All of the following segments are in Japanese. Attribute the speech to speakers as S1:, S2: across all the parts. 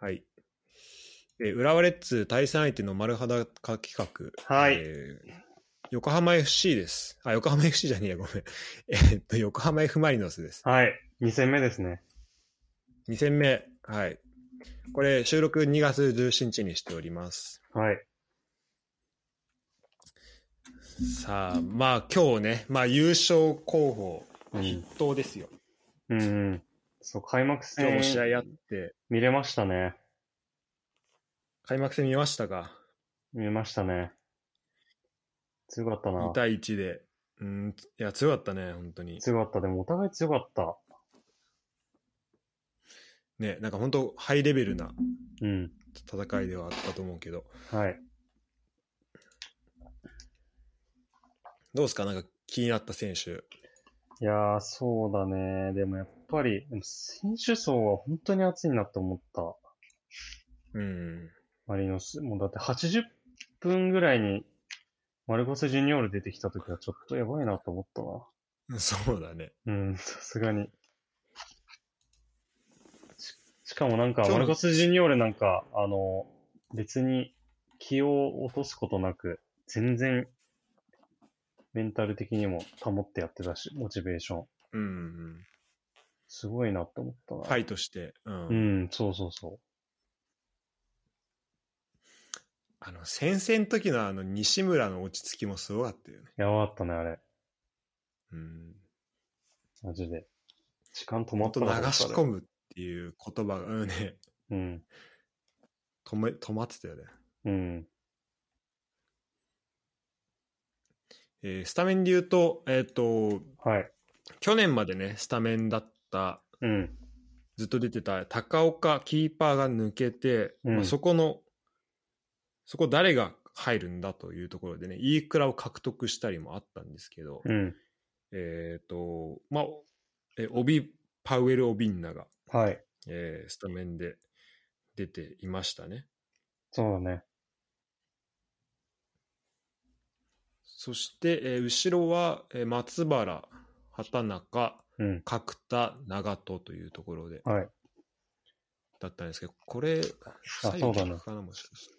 S1: はい。えー浦和レッズ対戦相手の丸裸企画。
S2: はい
S1: えー横浜 FC です。あ、横浜 FC じゃねえや、ごめん。 えーっと、横浜 F ・マリノスです。
S2: はい。2戦目ですね。
S1: 2戦目。はい。これ、収録2月17日にしております。
S2: はい。
S1: さあ、まあ今日ね、まあ優勝候補
S2: うん。
S1: 党ですよ。
S2: うん。そう、開幕
S1: 今日
S2: 戦
S1: も試合あって、
S2: 見れましたね。
S1: 開幕戦見ましたか
S2: 見ましたね。強かった
S1: ?2
S2: な。
S1: 対1で。うん、いや、強かったね、本当に。
S2: 強かった。でもお互い強かった。
S1: ね、なんか本当ハイレベルな
S2: うん。
S1: 戦いではあったと思うけど。
S2: はい。
S1: どうですかなんか気になった選手。
S2: いやー、そうだね。でもやっぱり、でも選手層は本当に熱いなと思った。
S1: うん。
S2: マリノス。もうだって80分ぐらいに、マルコス・ジュニオール出てきた時はちょっとやばいなと思ったな。
S1: そうだね。
S2: うん、さすがに。ししかもなんか、
S1: 今日の
S2: マルコス・ジュニオールなんか、あの、別に気を落とすことなく、全然、メンタル的にも保ってやってたし、モチベーション。
S1: うんうん。
S2: すごいなって思ったな。
S1: ファイトして。うん。
S2: うん、そうそうそ
S1: あの、先々の時のあの、西村の落ち着きもすごかったよね。
S2: う。やばかったね、あれ。
S1: うん。
S2: マジで。時間止ま
S1: も
S2: っ
S1: っと
S2: た
S1: 流
S2: な
S1: し込。むっていう言葉が、うんね、
S2: あれうん。
S1: 止め、止まってたよね。
S2: うん。
S1: えースタメンで言うと、えっ、と、
S2: はい。
S1: 去年までね、スタメンだった、
S2: うん。
S1: ずっと出てた高岡、キーパーが抜けて、
S2: うん
S1: まあ、そこの、そこ誰が入るんだというところでね、イークラを獲得したりもあったんですけど、
S2: うん。
S1: えっ、と、まあ、えオビ、パウエル・オビンナが、
S2: はい。
S1: えースタメンで出ていましたね。
S2: そうだね。
S1: そして、えー後ろは、えー松原、畑中、
S2: うん。
S1: 角田、長戸というところで、
S2: はい
S1: だったんですけど、これ、
S2: あ
S1: 左
S2: そう
S1: 右
S2: だね
S1: 逆かな、もしかして。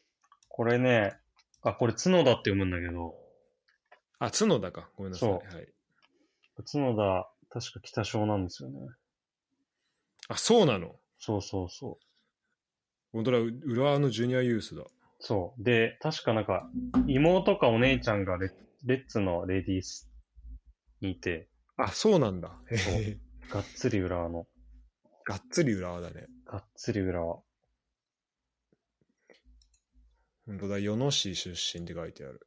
S2: これね、あ、これ角田って読むんだけど、
S1: あ、角田か。ごめんなさい。
S2: そ
S1: はい、
S2: 角田、確か北小なんですよね。
S1: あ、そうなの。
S2: そうそうそう。
S1: 本当だ、う浦和のジュニアユースだ。
S2: そう。で、確かなんか、妹かお姉ちゃんがレッレッツのレディースにいて、
S1: あ、そうなんだ。へ
S2: そう
S1: へ
S2: がっつり浦和の、
S1: がっつり浦和だね。
S2: がっつり浦和。
S1: 本当だ、与野市出身って書いてある。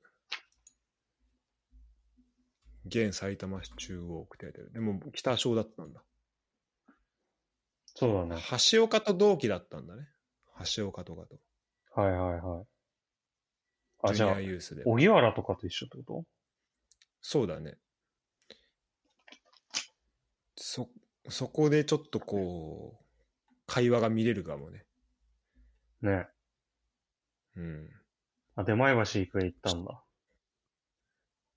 S1: 現埼玉市中央区って書いてある。でも、北小だったんだ。
S2: そうだね。
S1: 橋岡と同期だったんだね。橋岡とかと。
S2: はいはいはい。あ、
S1: ジ
S2: じゃ
S1: ュニ
S2: あ
S1: ア、ユースで。
S2: 荻原とかと一緒ってこ
S1: そうだね。そ、そこでちょっとこう、会話が見れるかもね。
S2: とね。
S1: うん。
S2: あ、で、前橋育英行ったんだ。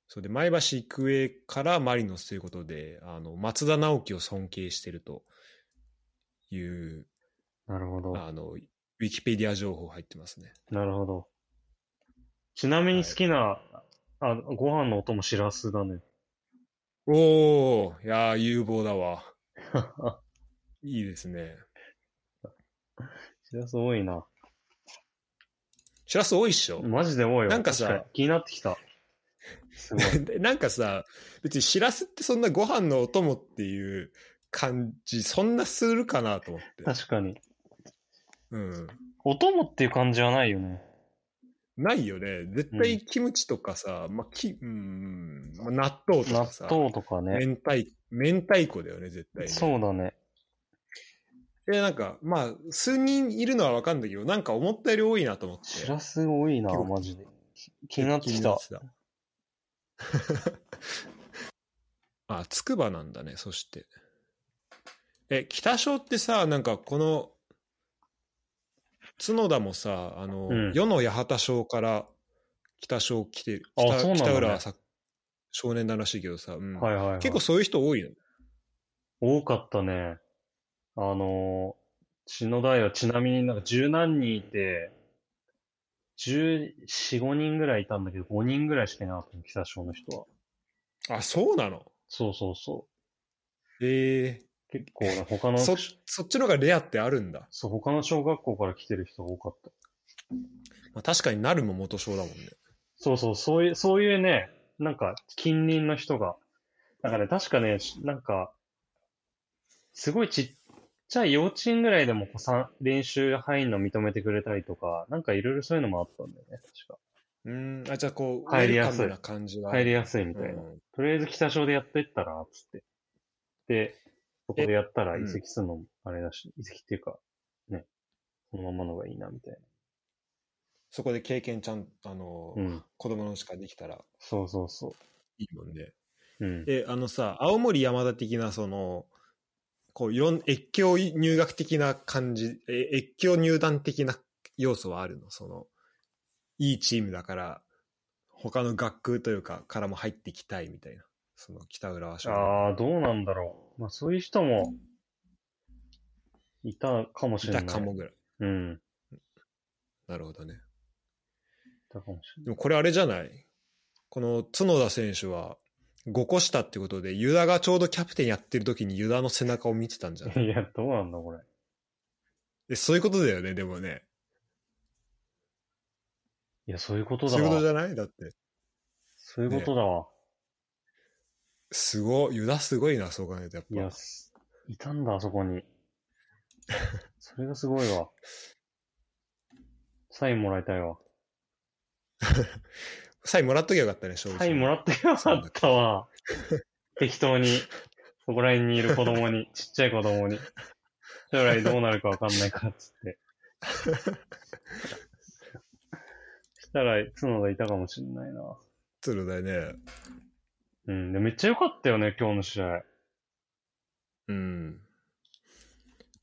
S1: そうで、前橋育英からマリノスということで、あの、松田直樹を尊敬してるという、
S2: なるほど。
S1: あの、ウィキペディア情報入ってますね。
S2: なるほど。ちなみに好きな、あ、ご飯のお供しらすだね。
S1: おー、いやー、有望だわ。いいですね。
S2: しらす多いな。
S1: しらす多いっしょ、
S2: マジで多いわ。
S1: なんかさ
S2: 確に気になってきた。すご い。
S1: でなんかさ、別にしらすってそんなご飯のお供っていう感じ、そんなするかなと思って。
S2: 確かに。
S1: うん。
S2: お供っていう感じはないよね。
S1: ないよね。絶対キムチとかさ、まあ、き、うん、まあ、納豆と
S2: 納
S1: かさ、
S2: 豆とかね。
S1: 明太、明太子だよね、絶対、ね。
S2: そうだね。
S1: で、なんか、まあ、数人いるのはわかんだけど、なんか思ったより多いなと思って。
S2: しらす多いな、
S1: 結構
S2: マジで。き気になってき
S1: 気
S2: た。
S1: になってた あ、つくばなんだね、そして。え、北小ってさ、なんかこの、角田もさ、あの、
S2: うん
S1: 世の八幡小から北小来てる。
S2: あ
S1: 北
S2: そうなんだね
S1: 北浦さ少年団らしいけどさ、うん
S2: はいはい、はい。
S1: 結構そういう人多いよね。
S2: 多かったね。あの血の代はちなみになんか十何人いて、十四五人ぐらいいたんだけど、五人ぐらいしかいなかったの、北小の人は。
S1: あ、そうなの
S2: そうそうそ
S1: え
S2: う。結構な、他
S1: え
S2: の、
S1: そ、そっちの方がレアってあるんだ。
S2: そう、他の小学校から来てる人が多かった。
S1: まあ、確かになるも元小だもんね。
S2: そうそう、そういう、そういうね、なんか、近隣の人が。だからね、確かね、しなんか、すごいちっちゃい幼稚園ぐらいでもこうさ練習入んの認めてくれたりとか、なんかいろいろそういうのもあったんだよね、確
S1: うん、あ、じゃあこう、
S2: 入りやすい
S1: ウェルカムな感じは。
S2: か。入りやすいみたいな。
S1: うん
S2: とりあえず北小でやってったら、つって。で、そこでやったら
S1: え
S2: 移籍するのもあれだし、移籍っていうか、ね、そのままのがいいな、みたい
S1: そこで経験ちゃん、あの、
S2: な。うん。
S1: 子供のしかできたら
S2: そうそうそ
S1: いいもんね。
S2: う。うん。
S1: え、あのさ、青森山田的な、その、こう、いろん、越境入学的な感じ、え越境入団的な要素はあるのその、いいチームだから、他の学区というか、からも入ってきたいみたいな。その、北浦和小
S2: ああ、どうなんだろう。まあそういう人も、いたかもし
S1: い
S2: れない。
S1: たかもぐらい。
S2: うん。い
S1: なるほどね。
S2: たかもしれ
S1: で
S2: ない。
S1: もこれあれじゃないこの角田選手は、5個下ってことで、ユダがちょうどキャプテンやってる時にユダの背中を見てたんじゃない
S2: いや、どうなんだ、これ。
S1: でそういうことだよね、でもね。
S2: いや、そういうこと
S1: そう
S2: だ
S1: いうことじ
S2: わ。
S1: ゃないだって。
S2: そういうことだわ。
S1: すごい、ユダすごいな、そう考えると、やっ
S2: いや、
S1: ぱ。
S2: すいたんだ、あそ こに。それがすごいわ。サインもらいたいわ。
S1: サインもらっときゃよかったね、正直。
S2: サインもらってよかった わ。適当に、そこら辺にいる子 供に、ちっちゃい子供に、将来どうなるかわかんないからっ つって。したら、角田いたかもしんないな。
S1: つるだよね。
S2: うん、でめっちゃ良かったよね、今日の試合。
S1: うん。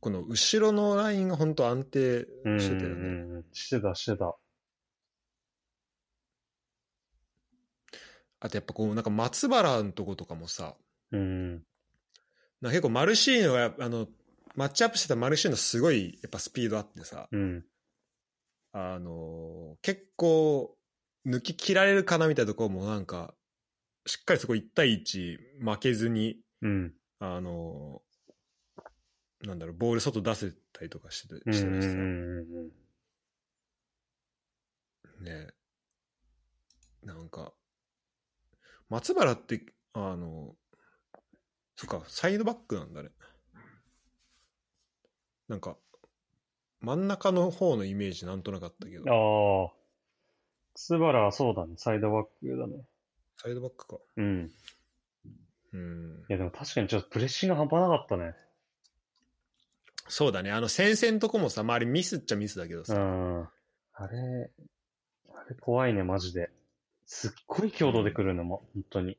S1: この後ろのラインが本当安定
S2: うん、
S1: してたよね。
S2: うんうんしてた、してた。
S1: あとやっぱこう、なんか松原のとことかもさ、
S2: うん、
S1: なんか結構マルシーノが、あの、マッチアップしてたマルシーノすごいやっぱスピードあってさ、
S2: うん、
S1: あのー結構抜き切られるかなみたいなところもなんか、しっかりそこ1対1負けずに
S2: うん、
S1: あの、なんだろう、ボール外出せたりとかしてて
S2: うん、うん、う
S1: して
S2: ん
S1: るしさ、
S2: うん
S1: ね。なんか、松原って、あの、そっか、サイドバックなんだね。なんか、真ん中の方のイメージなんとなかったけど
S2: うん。、ああ、スバラはそうだね、サイドバックだね。
S1: サイドバックか。
S2: うん。
S1: うん
S2: い。や、でも確かにちょっとプレッシング半端なかったね。
S1: そうだね。あの、先々とこもさ、まあ、あれミスっちゃミスだけど
S2: う
S1: さ、
S2: ん。あれ、あれ怖いね、マジで。すっごい強度で来るのも、本当に。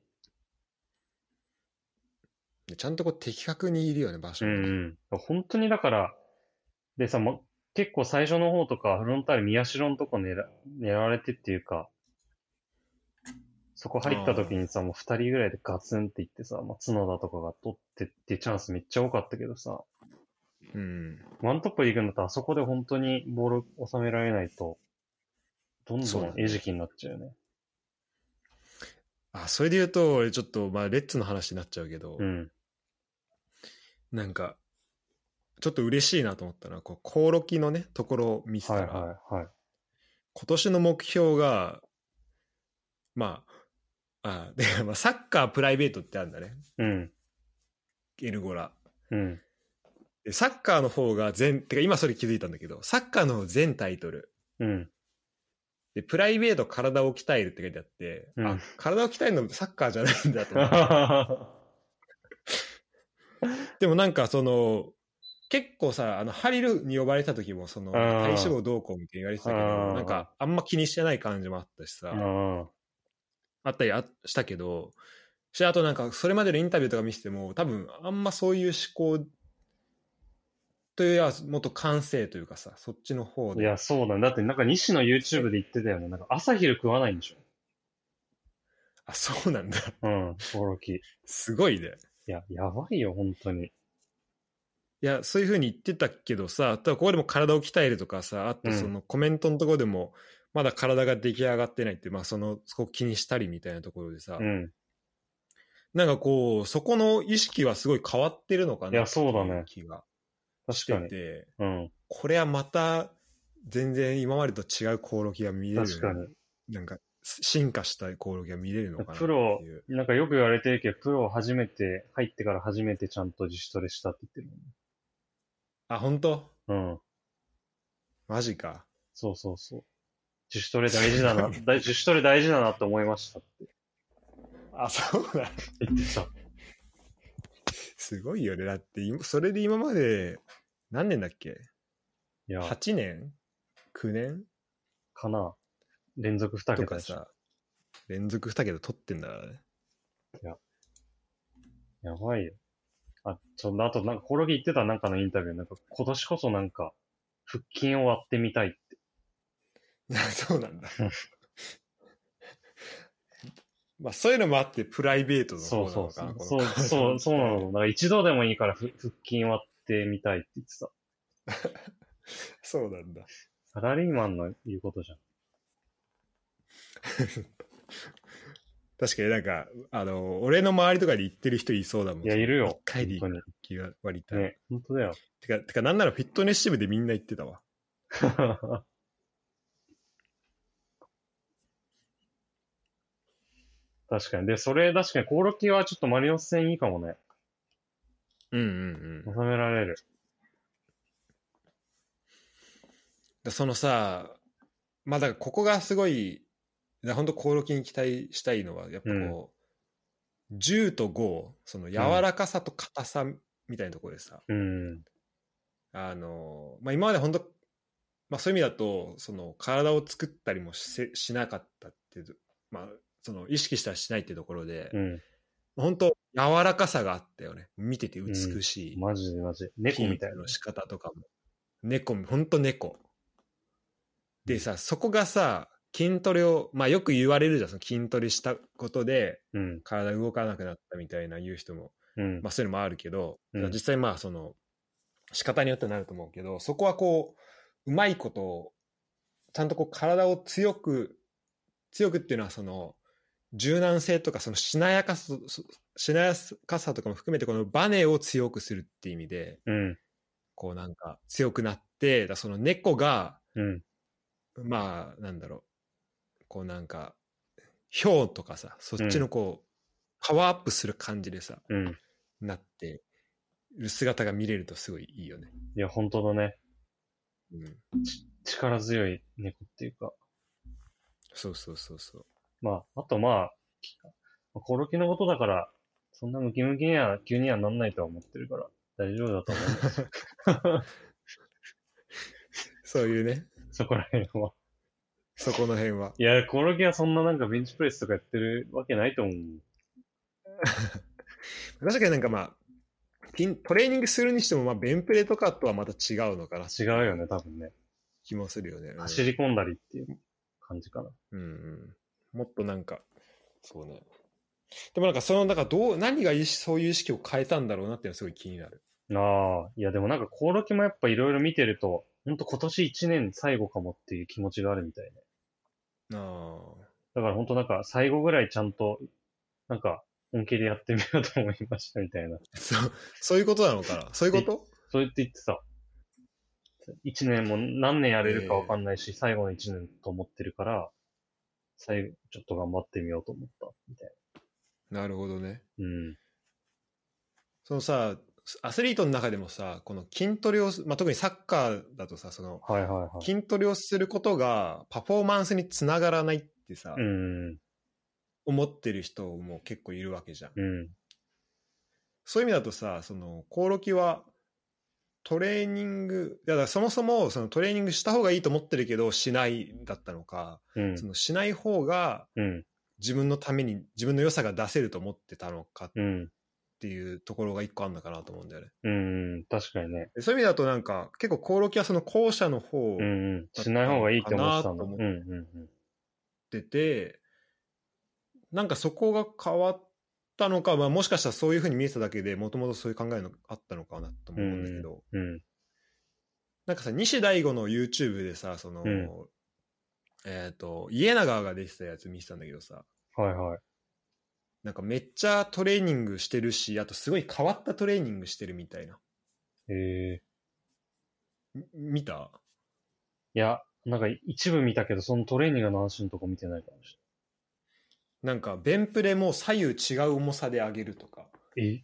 S1: でちゃんとこう的確にいるよね、場所
S2: う
S1: が。
S2: ん、うん。本当にだから、でさ、も結構最初の方とか、フロンターレ宮代のとこ狙狙われてっていうか、そこ入った時にさ、もう二人ぐらいでガツンっていってさ、まあ、角田とかが取ってっていうチャンスめっちゃ多かったけどさ、
S1: うん。
S2: ワントップで行くんだったら、あそこで本当にボール収められないと、どんど
S1: そうだ
S2: ん
S1: ね
S2: 餌食になっちゃうよね。
S1: あ、それで言うと、俺ちょっと、まあ、レッツの話になっちゃうけど、
S2: うん。
S1: なんか、ちょっと嬉しいなと思ったのは、こう、コロキのね、ところを見せた
S2: はい
S1: ら、
S2: はいはい。
S1: 今年の目標が、まあ、あ でまあ、サッカープライベートってあるんだね、
S2: うん。
S1: エルゴラ。
S2: うん。
S1: でサッカーの方が全、てか今それ気づいたんだけど、サッカーの方全タイトル。
S2: うん。
S1: で、プライベート体を鍛えるって書いてあって、
S2: うん
S1: あ、体を鍛えるのサッカーじゃないんだと思って。でもなんかその結構さあのハリルに呼ばれた時もその
S2: ん
S1: 体脂肪どうこうみたいに言われてたけど
S2: うん
S1: なんかあんま気にしてない感じもあったしさ
S2: あ
S1: あったりあしたけどしあとなんかそれまでのインタビューとか見てても多分あんまそういう思考というよりはもっと感性というかさそっちの方
S2: あ。い
S1: で
S2: や、そうだね。だってなんか西の YouTube で言ってたよね。なんか朝昼食わないんでし
S1: あそうなんだ
S2: ょ。うん。ボロキ。い
S1: すごいね
S2: や、やばいよ、本当に。
S1: いや、そういうふうに言ってたけどさ、ただここでも体を鍛えるとかさ、あとそのコメントのところでも、まだ体が出来上がってないって、まあその、そこ気にしたりみたいなところでさ、
S2: うん。
S1: なんかこう、そこの意識はすごい変わってるのかな。
S2: いやそうだね
S1: っていう気がし
S2: 確
S1: て
S2: かに。
S1: て、
S2: うん。
S1: これはまた、全然今までと違うコオロギが見れる。
S2: 確かに。
S1: なんか、進化したコオロギが見れるのかなってい
S2: プ
S1: う。
S2: ロなんかよく言われてるけど、プロ初めて、入ってから初めてちゃんと自主トレしたって言って
S1: あ、本当
S2: るもん。うん。
S1: マジか。
S2: そうそうそう。自主トレ大事 だな、だ自主トレ大事だなって思いましたって
S1: あ、そうだ。
S2: 言ってた。
S1: すごいよね。だって、今それで今まで、何年だっけ
S2: いや、
S1: ?8 年 ?9 年
S2: かな。連続2
S1: と
S2: 桁
S1: か
S2: でしょ
S1: さ、連続2桁取ってんだからね。
S2: やばいよ。あ、ちょ、あと、なんか、コオロギ言ってたなんかのインタビュー、なんか、今年こそなんか、腹筋を割ってみたいって。
S1: そうなんだ。 まあ、そういうのもあって、プライベートの
S2: そう
S1: 方な
S2: そ
S1: の
S2: う
S1: か
S2: そ
S1: な
S2: う。。そう、そう、そうなの。なんか、一度でもいいからふ腹筋割ってみたいって言ってた。
S1: そうなんだ。
S2: サラリーマンの言うことじゃん。
S1: 確かになんか、あの、俺の周りとかで行ってる人いそうだもん。
S2: いや、いるよ。
S1: 一回で
S2: 本当
S1: 行く
S2: に。
S1: 気が割りたい。
S2: ね、本当だよ。
S1: てか、てか、なんならフィットネス支部でみんな行ってたわ。
S2: 確かに。で、それ、確かに、コオロギはちょっとマリオス戦いいかもね。
S1: うんうんうん
S2: 収められる。
S1: で。そのさ、まあだからここがすごい、だ本当コオロキに期待したいのは、やっぱこう、10と5、その柔らかさと硬さみたいなところでさ、
S2: うん。
S1: あの、まあ今まで本当、まあそういう意味だと、その体を作ったりもししなかったっていう、まあその意識したらしないっていうところで、
S2: うん。
S1: 本当柔らかさがあったよね。見てて美しい。
S2: マジでマジで。猫みた
S1: キー
S2: いな
S1: プの。仕方とかも。猫、ほんと猫。でさ、そこがさ、筋トレを、まあよく言われるじゃん、その筋トレしたことで
S2: うん。
S1: 体動かなくなったみたいな言う人も、
S2: うん
S1: ま。あそういうのもあるけど、
S2: うん
S1: 実際まあその、仕方によってなると思うけど、そこはこう、うまいことを、ちゃんとこう体を強く、強くっていうのはその、柔軟性とかそのしなやかさ、そしなやかさとかも含めてこのバネを強くするっていう意味で、
S2: うん。
S1: こうなんか強くなって、だからその猫が、
S2: うん。
S1: まあなんだろう、こうなんか、ヒョウとかさ、そっちのこう、パワーアップする感じでさ、
S2: うん。
S1: なってる姿が見れるとすごいいいよね。
S2: いや、本当だね。
S1: うん。
S2: 力強い猫っていうか。
S1: そうそうそうそう。
S2: まあ、あとまあ、コオロギのことだから、そんなムキムキには急にはなんないとは思ってるから、大丈夫だと思う。
S1: そういうね、
S2: そこら辺は。
S1: そこの辺は。
S2: いや、コオロギはそんななんかベンチプレスとかやってるわけないと思う。
S1: 確かになんかまあ、ピントレーニングするにしても、まあ、ベンプレとかとはまた違うのかなって
S2: 違うよね、多分ね。
S1: 気もするよね。うん
S2: 走り込んだりっていう感じかな。
S1: うんうん、もっとなんか、そうね。でもなんかその、なんかどう、何がいしそういう意識を変えたんだろうなっていうのはすごい気になる。
S2: ああ、いやでもなんかコオロギもやっぱいろいろ見てると、ほんと今年1年最後かもっていう気持ちがあるみたいね。
S1: あ
S2: だからほんとなんか最後ぐらいちゃんと、なんか本気でやってみようと思いましたみたいな。
S1: あ。そう、そういうことなのかな そういうこと
S2: そうやって言ってた。1年も何年やれるかわかんないし、最後の1年と思ってるから、最後、ちょっと頑張ってみようと思った。みたい
S1: なるほどね。
S2: な。うん。
S1: そのさ、アスリートの中でもさ、この筋トレをす、まあ、特にサッカーだとさ、その、
S2: はいはいはい。
S1: 筋トレをすることがパフォーマンスにつながらないってさ、
S2: うん。
S1: 思ってる人も結構いるわけじゃん。
S2: うん。
S1: そういう意味だとさ、その、コオロキは、トレーニング、いやだからそもそもそのトレーニングした方がいいと思ってるけど、しないだったのか、
S2: うん
S1: そ。のしない方が
S2: うん。
S1: 自分のために、自分の良さが出せると思ってたのかっ
S2: うん。
S1: ていうところが一個あるのかなと思うんだよね。
S2: うん。確かにね。
S1: でそういう意味だとなんか、結構コオロキはその後者の方を
S2: う
S1: 打っ
S2: ん。うん。しない方がいいって思ってたん
S1: かなと
S2: だ。う
S1: 思っ。
S2: んう
S1: てて
S2: ん。
S1: て、なんかそこが変わったのか、まあ、もしかしたらそういうふうに見えてただけでもともとそういう考えのあったのかなとも思うんだけど、
S2: うん。
S1: なんかさ西大吾の YouTube でさその、
S2: うん
S1: えっ、と家永が出てたやつ見てたんだけどさ
S2: はいはい。
S1: なんかめっちゃトレーニングしてるしあとすごい変わったトレーニングしてるみたいな
S2: ええ
S1: み見た
S2: いや、なんか一部見たけど、そのトレーニングの話のとこ見てないかもし
S1: なんかベンプレも左右違う重さで上げるとか
S2: れない。え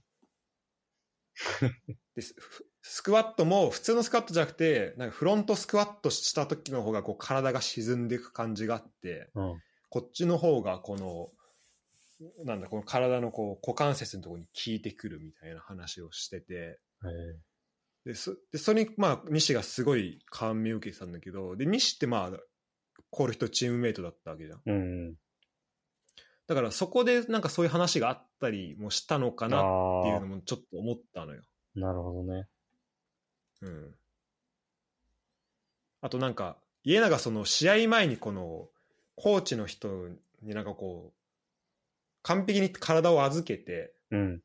S1: ですふスクワットも普通のスクワットじゃなくてなんかフロントスクワットした時の方がこう体が沈んでいく感じがあって
S2: うん。
S1: こっちの方がこのなんだこの体のこう股関節のところに効いてくるみたいな話をしてて
S2: え
S1: でそでそれにまあ西がすごい感銘を受けてたんだけどで西ってまあコール人チームメイトだったわけじゃん
S2: えうん。
S1: だからそこでなんかそういう話があったりもしたのかな
S2: あ
S1: っていう
S2: あ
S1: のもちょっと思ったのよ。
S2: ー、なるほどね。
S1: うん、あとなんか家永その試合前にこのコーチの人になんかこう完璧に体を預けて
S2: うん。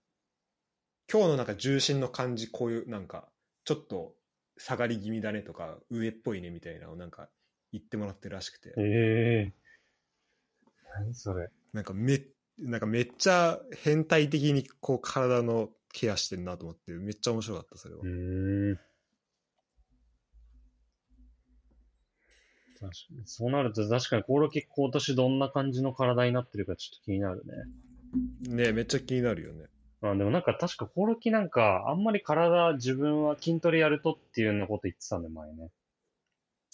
S1: 今日のなんか重心の感じこういうなんかちょっと下がり気味だねとか上っぽいねみたいなのをなんか言ってもらってるらしくて
S2: ええ何それ。
S1: なんかめなんかめっちゃ変態的にこう体のケアしてんなと思ってめっちゃ面白かったそれは
S2: う。ーん。確かにそうなると、確かにコオロギ今年どんな感じの体になってるかちょっと気になるね。
S1: ねえめっちゃ気になるよね。
S2: まあでもなんか確かコオロギなんか、あんまり体、自分は筋トレやるとっていうようなこと言ってたんで、前ね。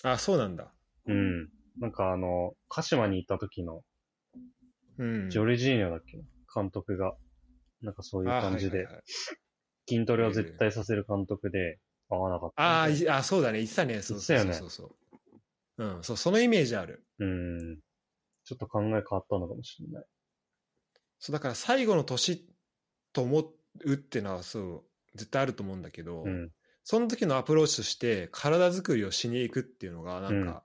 S1: あそうなんだ。
S2: うん。なんかあの、鹿島に行った時の、
S1: うん、
S2: ジョルジーニョだっけな、監督が、なんかそういう
S1: あ
S2: 感じ
S1: はい
S2: で
S1: はい、はい
S2: 筋トレを絶対させる監督で、合わなかった。
S1: あーいあ、そうだね、言ってたね、そうそうそうそうそう、うん、そう、そのイメージある。
S2: うん。ちょっと考え変わったのかもしれない。
S1: そう、だから最後の年と思うってのは、そう、絶対あると思うんだけど、
S2: うん。
S1: その時のアプローチとして、体作りをしに行くっていうのが、なんか、
S2: うん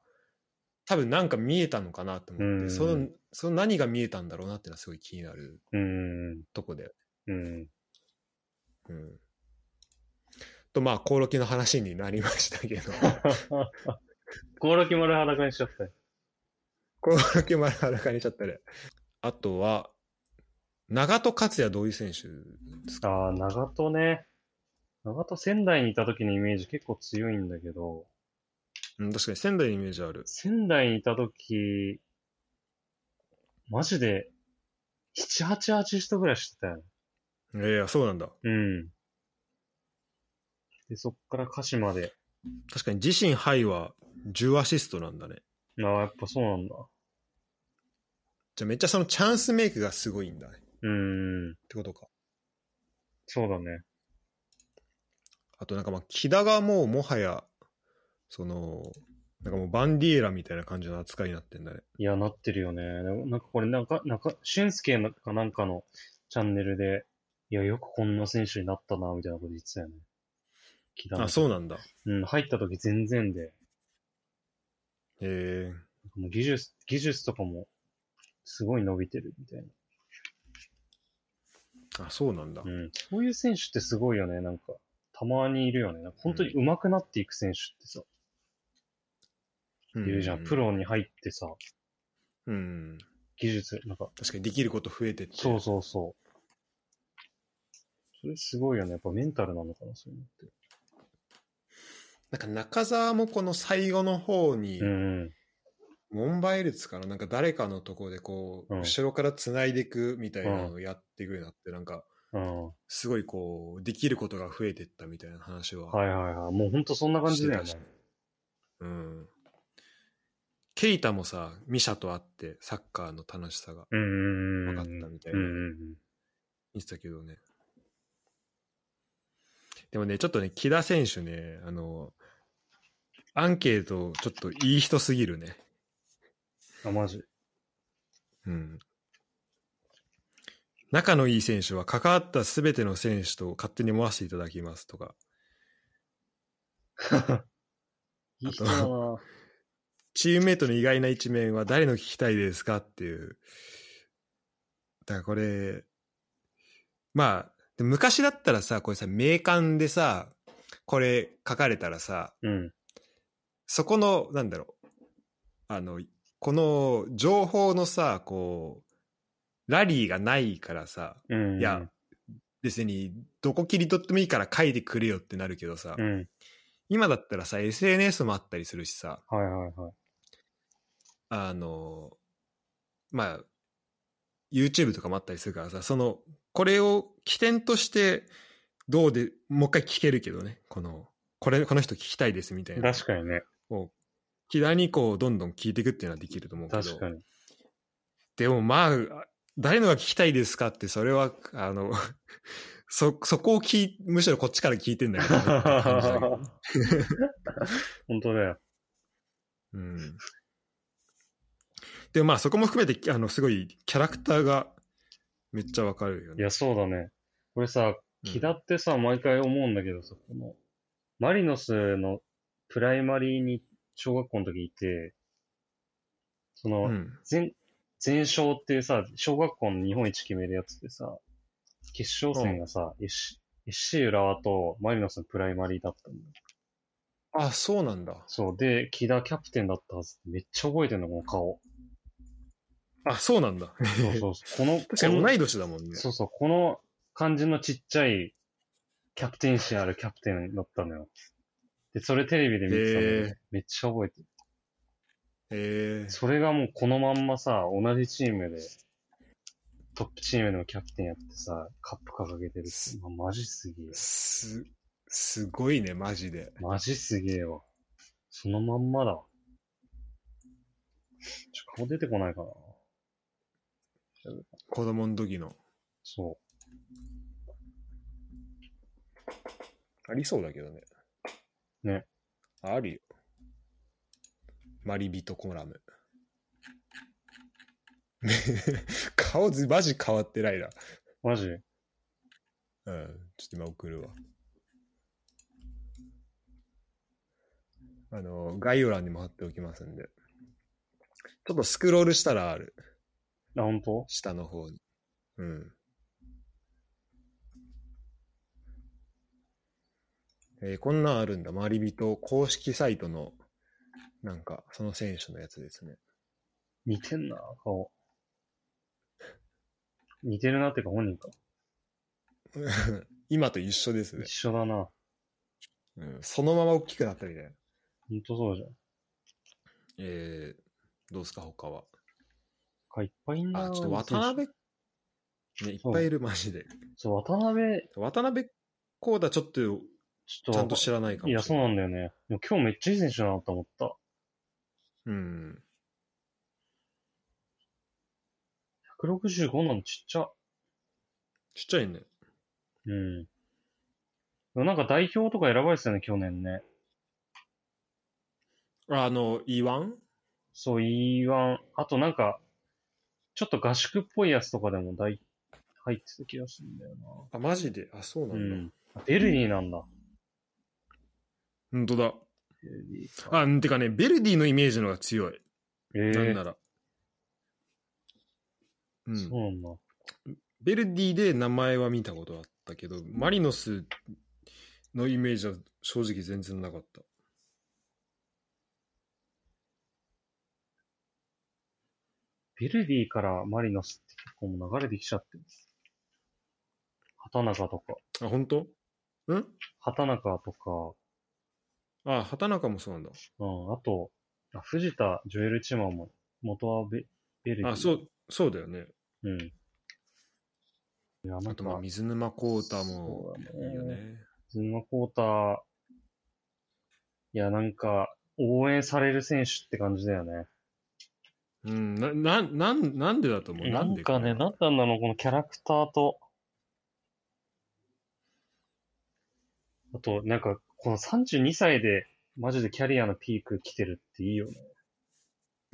S1: 多分なんか見えたのかなと思って、
S2: うん
S1: その、その何が見えたんだろうなっていうのはすごい気になる
S2: うん。
S1: とこで。
S2: うん。
S1: うん。と、まあ、コオロギの話になりましたけ ど、
S2: コオロギ丸裸にしちゃったよ。
S1: コオロギ丸裸にしちゃったね。あとは、長戸克也どういう選手ですか
S2: ああ、長戸ね。長戸仙台にいた時のイメージ結構強いんだけど、
S1: うん、確かに仙台のイメージある。
S2: 仙台にいた時、マジで、7、8アーティストぐらいしてたよね。
S1: いやいや、そうなんだ。
S2: うん。で、そっから鹿島で。
S1: 確かに自身ハイは10アシストなんだね。
S2: ああ、やっぱそうなんだ。
S1: じゃあめっちゃそのチャンスメイクがすごいんだね。っ
S2: うん。
S1: てことか。
S2: そうだね。
S1: あとなんかまあ、木田がもうもはや、その、なんかもうバンディエラみたいな感じの扱いになってんだね。
S2: いや、なってるよね。でもなんかこれ、なんか、なんか、俊介のかなんかのチャンネルで、いや、よくこんな選手になったな、みたいなこと言ってたよね。木田の
S1: あ、そうなんだ。
S2: うん、入った時全然で、
S1: へえ。
S2: もう技術、技術とかも、すごい伸びてるみたい
S1: あ、そうなんだ。
S2: な。うん。そういう選手ってすごいよね、なんか。たまにいるよね。なんか本当に上手くなっていく選手ってさ、
S1: うん
S2: いるじゃん。プ。ロに入ってさ、
S1: うん。
S2: 技術、なんか、
S1: 確かにできること増えてって。
S2: そうそうそう。それすごいよね。やっぱメンタルなのかな、そういうのって。
S1: なんか中澤もこの最後の方に、
S2: うんうん。
S1: モンバイルツかななんか誰かのところでこう、
S2: うん
S1: 後ろから繋いでいくみたいなのをやっていくようになって、なんか、
S2: うん。
S1: すごいこう、できることが増えてったみたいな話は。
S2: はいはいはい。もうほんとそんな感じだよね
S1: して。たしうん。ケイタもさ、ミシャと会って、サッカーの楽しさが
S2: うんうんうんう
S1: 分
S2: ん。
S1: かったみたい
S2: うん
S1: な、
S2: うんうん。
S1: 見てたけどね。でもね、ちょっとね、木田選手ね、あの、アンケート、ちょっといい人すぎるね。
S2: あ、マジ。
S1: うん仲のいい選手は関わったすべての選手と勝手に思わせていただきますとか、
S2: いい人だな
S1: チームメイトの意外な一面は誰の聞きたいですかっていう。だからこれ、まあ、でも昔だったらさ、これさ、名鑑でさ、これ書かれたらさ、
S2: うん。
S1: そこの、なんだろう、あの、この情報のさ、こう、ラリーがないからさ、
S2: うん。
S1: いや、別にどこ切り取ってもいいから書いてくれよってなるけどさ、
S2: うん。
S1: 今だったらさ、SNS もあったりするしさ、
S2: はいはいはい。
S1: あの、まあ、YouTube とかもあったりするからさ、その、これを起点として、どうで、もう一回聞けるけどね、この、これ、この人聞きたいですみたいな。
S2: 確かにね。
S1: を、左にこう、どんどん聞いていくっていうのはできると思うけど。
S2: 確かに。
S1: でもまあ、誰のが聞きたいですかって、それは、あの、 そ、そこを聞い、むしろこっちから聞いてんだけどねって感じだけど。
S2: 本当だよ。
S1: うん。でもまあそこも含めて、あの、すごいキャラクターがめっちゃわかるよ
S2: い
S1: ね。
S2: や、そうだね。これさ、
S1: うん
S2: 木田ってさ、毎回思うんだけどさ、この、マリノスのプライマリーに小学校の時いて、その、
S1: うん。
S2: 全、全勝っていうさ、小学校の日本一決めるやつでさ、決勝戦がさ、FC FC 浦和とマリノスのプライマリーだったんだよ。
S1: あ、そうなんだ。
S2: そう。で、木田キャプテンだったはず。めっちゃ覚えてんの、この顔。
S1: あ、そうなんだ。
S2: そうそうそう。この、
S1: 確かに
S2: この
S1: 同い年だもんね。
S2: そうそう、この感じのちっちゃいキャプテン心あるキャプテンだったのよ。で、それテレビで見てたの
S1: へ
S2: よ
S1: ー
S2: めっちゃ覚えてる。
S1: え
S2: それがもうこのまんまさ、同じチームで、トップチームのキャプテンやってさ、カップ掲げてるって。まマジすげえ
S1: ー、。す、すごいね、マジで。
S2: マジすげえわ。そのまんまだわ。ちょ、顔出てこないかな。
S1: 子供の時の。
S2: そ
S1: ありそうだけどね。
S2: ね。
S1: あるよ。マリビトコラム。 顔ず、マジ変わってないな。
S2: う。マジ
S1: うん、ちょっと今送るわ。あの、概要欄にも貼っておきますんで。ちょっとスクロールしたらある。
S2: あ、ほんと
S1: 下の方に。うん。えーこんなんあるんだ。マリビト公式サイトの、なんか、その選手のやつですね。
S2: 似てんな、顔。似てるなっていうか本人か。
S1: 今と一緒ですね
S2: 一。緒だな。
S1: うん、そのまま大きくなったみたいな。
S2: ほんとそうじゃん。
S1: えー、どうですか、他は。
S2: かいっぱいいんな
S1: あ、ちょっと渡辺、ね、いっぱいいる、マジで。
S2: そう、渡辺、
S1: 渡辺コーダちょっと
S2: ちょっと。
S1: ちゃんと知らないかもしれない。
S2: いや、そうなんだよね。でも今日めっちゃいい選手だなと思った。
S1: うん。
S2: 165なのちっちゃ。
S1: ちっちゃいね。
S2: うん。でもなんか代表とか選ばれてたよね、去年ね。
S1: あの、E1?
S2: そう、E1。あとなんか、ちょっと合宿っぽいやつとかでも代入ってた気がするんだよ
S1: あ、マジで。あ、そうな
S2: な。うん
S1: だ。
S2: ん。ベルディなんだ。
S1: ほんとだ。
S2: ベルディか。
S1: あ、んてかね、ベルディのイメージの方が強い。
S2: え
S1: なん
S2: ー
S1: なら。う
S2: そ
S1: ん。
S2: うなんだ。
S1: ベルディで名前は見たことあったけど、マリノスのイメージは正直全然なかった。
S2: ベルディからマリノスって結構もう流れてきちゃってる。畑中とか、
S1: あ、本当？ん
S2: 畑中とか、
S1: あ、畑中もそうなんだ。
S2: うん、あと、あ藤田、ジョエル・チマも、元はベベルディ。
S1: あ、そう、そうだよね。
S2: う。うん。いや、な
S1: あ
S2: ん
S1: と、
S2: か、
S1: まあ、水沼コータも
S2: そうだ
S1: いいよ
S2: ね
S1: ね。
S2: ズンマコーター、いや、なんか、応援される選手って感じだよね。
S1: うん、な、な、なん、なんでだと思う
S2: なん
S1: で
S2: かね、なんなんだろう、このキャラクターと、あと、なんか、この32歳で、マジでキャリアのピーク来てるっていいよね。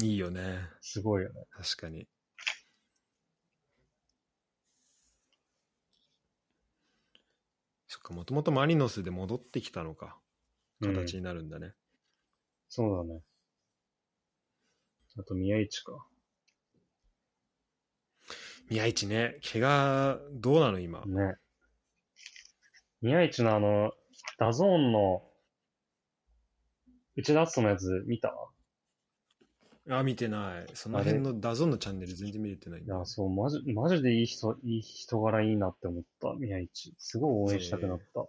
S1: いいよね。
S2: すごいよね。
S1: 確かに。そっか、もともとマリノスで戻ってきたのか。形
S2: うん
S1: になるんだね。
S2: そうだね。あと、宮市か。
S1: 宮市ね、怪我、どうなの今。
S2: ね。宮市のあの、ダゾーンの、内田篤人のやつ見た
S1: あ、見てない。その辺のダゾンのチャンネル全然見れてないん
S2: い
S1: だ。
S2: や、そう、マジ、マジでいい人、いい人柄いいなって思った、宮市。すごい応援したくなった。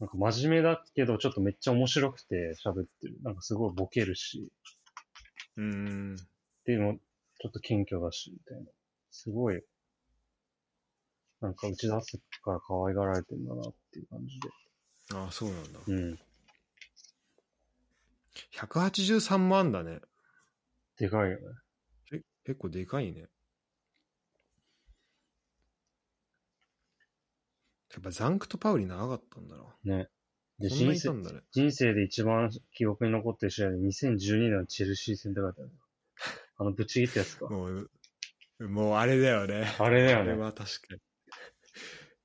S2: なんか真面目だけど、ちょっとめっちゃ面白くて喋ってる。なんかすごいボケるし、
S1: うーん。
S2: でも、ちょっと謙虚だし、みたいな。すごい、なんか打ち出すから可愛がられてんだなっていう感じで。
S1: あ、そうなんだ。
S2: うん。
S1: 183万だね。
S2: でかいよね。
S1: え結構でかいね。やっぱザンクとパウリ長かったんだな。
S2: で、
S1: そんな
S2: 人
S1: いた
S2: 生
S1: んだね。
S2: 人生で一番記憶に残ってる試合で2012年のチェルシー戦って書いてある。あの、ぶち切ったやつ か。
S1: もう、もうあれだよね。
S2: あれだ
S1: あれ
S2: よね。
S1: は確かに。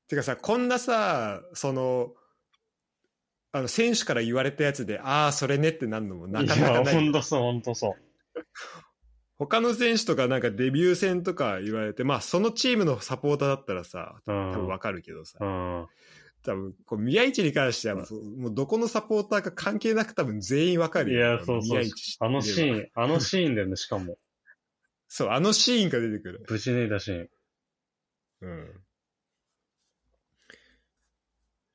S1: てかさ、こんなさ、その、あの、選手から言われたやつで、ああ、それねってなるのもなか
S2: い
S1: なか
S2: や、
S1: な
S2: ほん
S1: い。
S2: とそう、ほんとそ
S1: 他の選手とかなんかデビュー戦とか言われて、まあそのチームのサポーターだったらさ、
S2: う。う
S1: 多分
S2: ん。
S1: わかるけどさ、
S2: うん。
S1: 多分こう宮市に関してはもうそう、もうどこのサポーターか関係なく多分全員わかる
S2: い
S1: よ
S2: や、そうそう
S1: 宮市知っ。てれば
S2: あのシーン、あのシーンだよね、しかも。
S1: そう、あのシーンが出てくる。
S2: ぶち抜いたシーン。
S1: うん。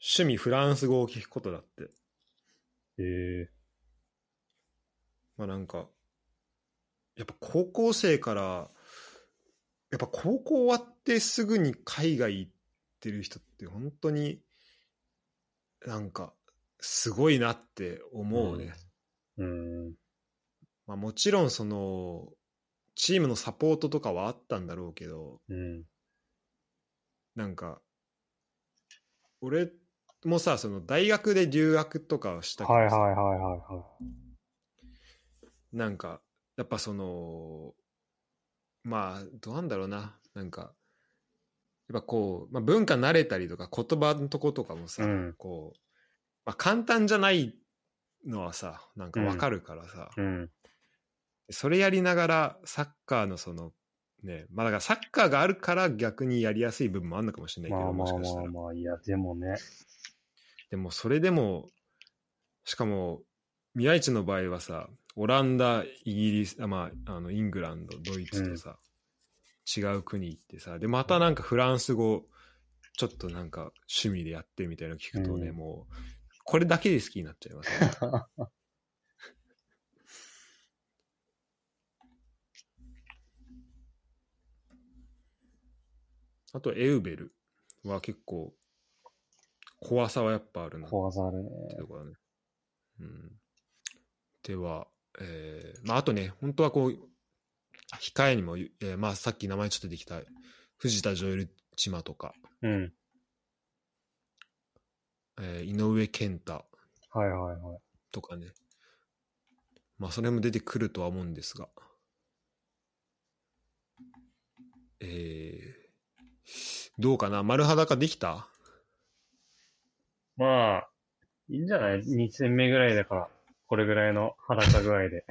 S1: 趣味フランス語を聞くことだって。
S2: え
S1: まあなんか、やっぱ高校生から、やっぱ高校終わってすぐに海外行ってる人って本当になんかすごいなって思うね。
S2: うんえうん。
S1: まあもちろんそのチームのサポートとかはあったんだろうけど、
S2: うん。
S1: なんか、俺もさ、その大学で留学とかしたけ
S2: はいはい
S1: ど
S2: は
S1: さ
S2: いはいは
S1: なんか、やっぱその、まあ、どうなんだろうな、なんか、やっぱこう、まあ、文化慣れたりとか、言葉のとことかもさ、
S2: うん
S1: こう、まあ、簡単じゃないのはさ、なんかわかるからさ、
S2: い。うん。
S1: それやりながら、サッカーのその、ね、まあだからサッカーがあるから逆にやりやすい部分もあるのかもしれないけど、
S2: まあま
S1: も
S2: あ
S1: しか
S2: ま
S1: したら
S2: あ。まあ、いや、でも ね。
S1: でもそれでも、しかも、宮市の場合はさ、オランダ、イギリス、あまあ、あのイングランド、ドイツとさ、違う国行ってさ、で、またなんかフランス語、ちょっとなんか趣味でやってみたいなの聞くとね、
S2: うん
S1: もう、これだけで好きになっちゃいます、ね。あと、エウベルは結構、怖さはやっぱあるな
S2: 怖さあるね。
S1: ってとこだね。うん、では、えーまあ、あとね、本当はこう、控えにも、えーまあ、さっき名前ちょっと出てきた、藤田ジョエル・チマとか、
S2: うん。
S1: えー井上健太
S2: はいはいはい。
S1: とかね、まあ、それも出てくるとは思うんですが、えーどうかな丸裸できた
S2: まあ、いいんじゃない ?2 戦目ぐらいだから、これぐらいの裸具合で。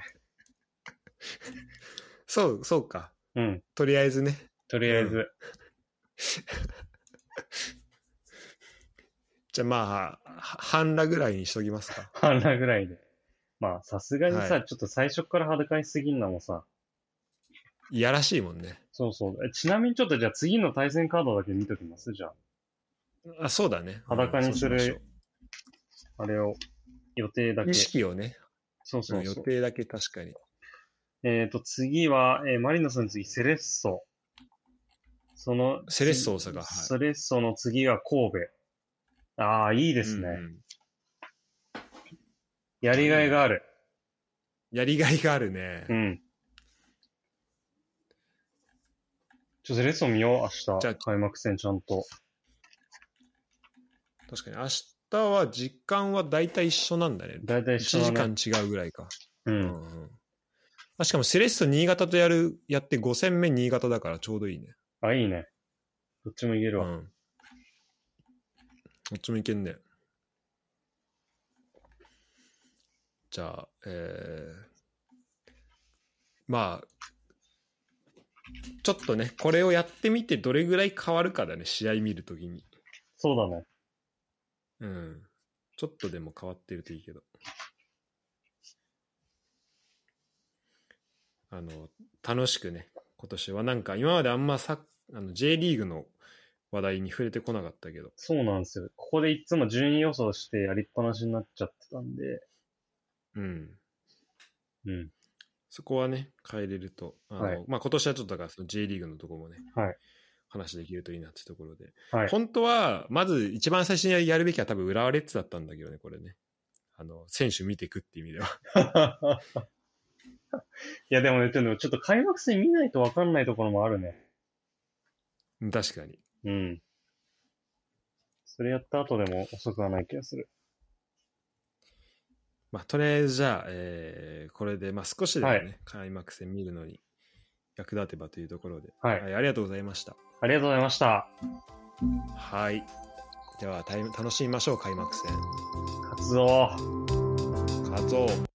S1: そう、そうか。
S2: うん。
S1: とりあえずね。
S2: とりあえず、
S1: じゃあまあ、は半裸ぐらいにしときますか。
S2: 半裸ぐらいで。まあ、さすがにさ、
S1: は
S2: ちょっと最初から裸にすぎんのもさ、
S1: いやらしいもんね。
S2: そうそう。えちなみにちょっとじゃあ次の対戦カードだけ見ときますじゃあ、
S1: あ、そうだね。
S2: 裸にす
S1: う
S2: る
S1: んそうしましょう
S2: あれを、予定だけ。
S1: 意識をね、
S2: そうそう
S1: 予
S2: そう。
S1: 定だけ確かに。
S2: えっ、と、次は、えーマリノスの次、セレッソ。その、
S1: セレッソ大阪はい
S2: セレッソの次が神戸。ああ、いいで
S1: です
S2: ね、やりがいがある。
S1: やりがいがあるね。
S2: うん。ちょ、セレッソ見よう、明日。
S1: じゃあ
S2: 開幕戦ちゃんと。
S1: 確かに。明日は時間は大体一緒なんだね。
S2: だいたい一緒だね。
S1: 1時間違うぐらいか。
S2: うん
S1: う。んうんあしかもセレッソ新潟とやる、やって5戦目新潟だからちょうどいいね。
S2: あ、いいね。どっちもいけ
S1: う
S2: るわ。
S1: ん。どっちもいけんね。じゃあ、えー、まあ、ちょっとね、これをやってみてどれぐらい変わるかだね、試合見るときに。
S2: そうだね。
S1: うん。ちょっとでも変わってるといいけど。あの、楽しくね、今年はなんか今まであんまさあの J リーグの話題に触れてこなかったけど、
S2: そうなんですよ。ここでいつも順位予想してやりっぱなしになっちゃってたんで。
S1: うん。
S2: うん。
S1: そこはね、変えれると。あの
S2: はい
S1: まあ、今年はちょっとだからその J リーグのとこもね、
S2: はい
S1: 話できるといいなってところで。
S2: はい。
S1: 本当は、まず一番最初にやるべきは多分浦和レッズだったんだけどね、これね。あの、選手見ていくっていう意味では。
S2: いや、でもね、ちょっとちょっと開幕戦見ないと分かんないところもあるね。
S1: うん確かに。
S2: うん。それやった後でも遅くはない気がする。
S1: まあ、とりあえずじゃあ、えーこれで、まあ、少しでもね、
S2: は
S1: 開幕戦見るのに役立てばというところで、
S2: はい。
S1: はい、ありがとうございました。
S2: ありがとうございました。
S1: はい。では、タイム楽しみましょう、開幕戦。
S2: 活動。
S1: カツオ。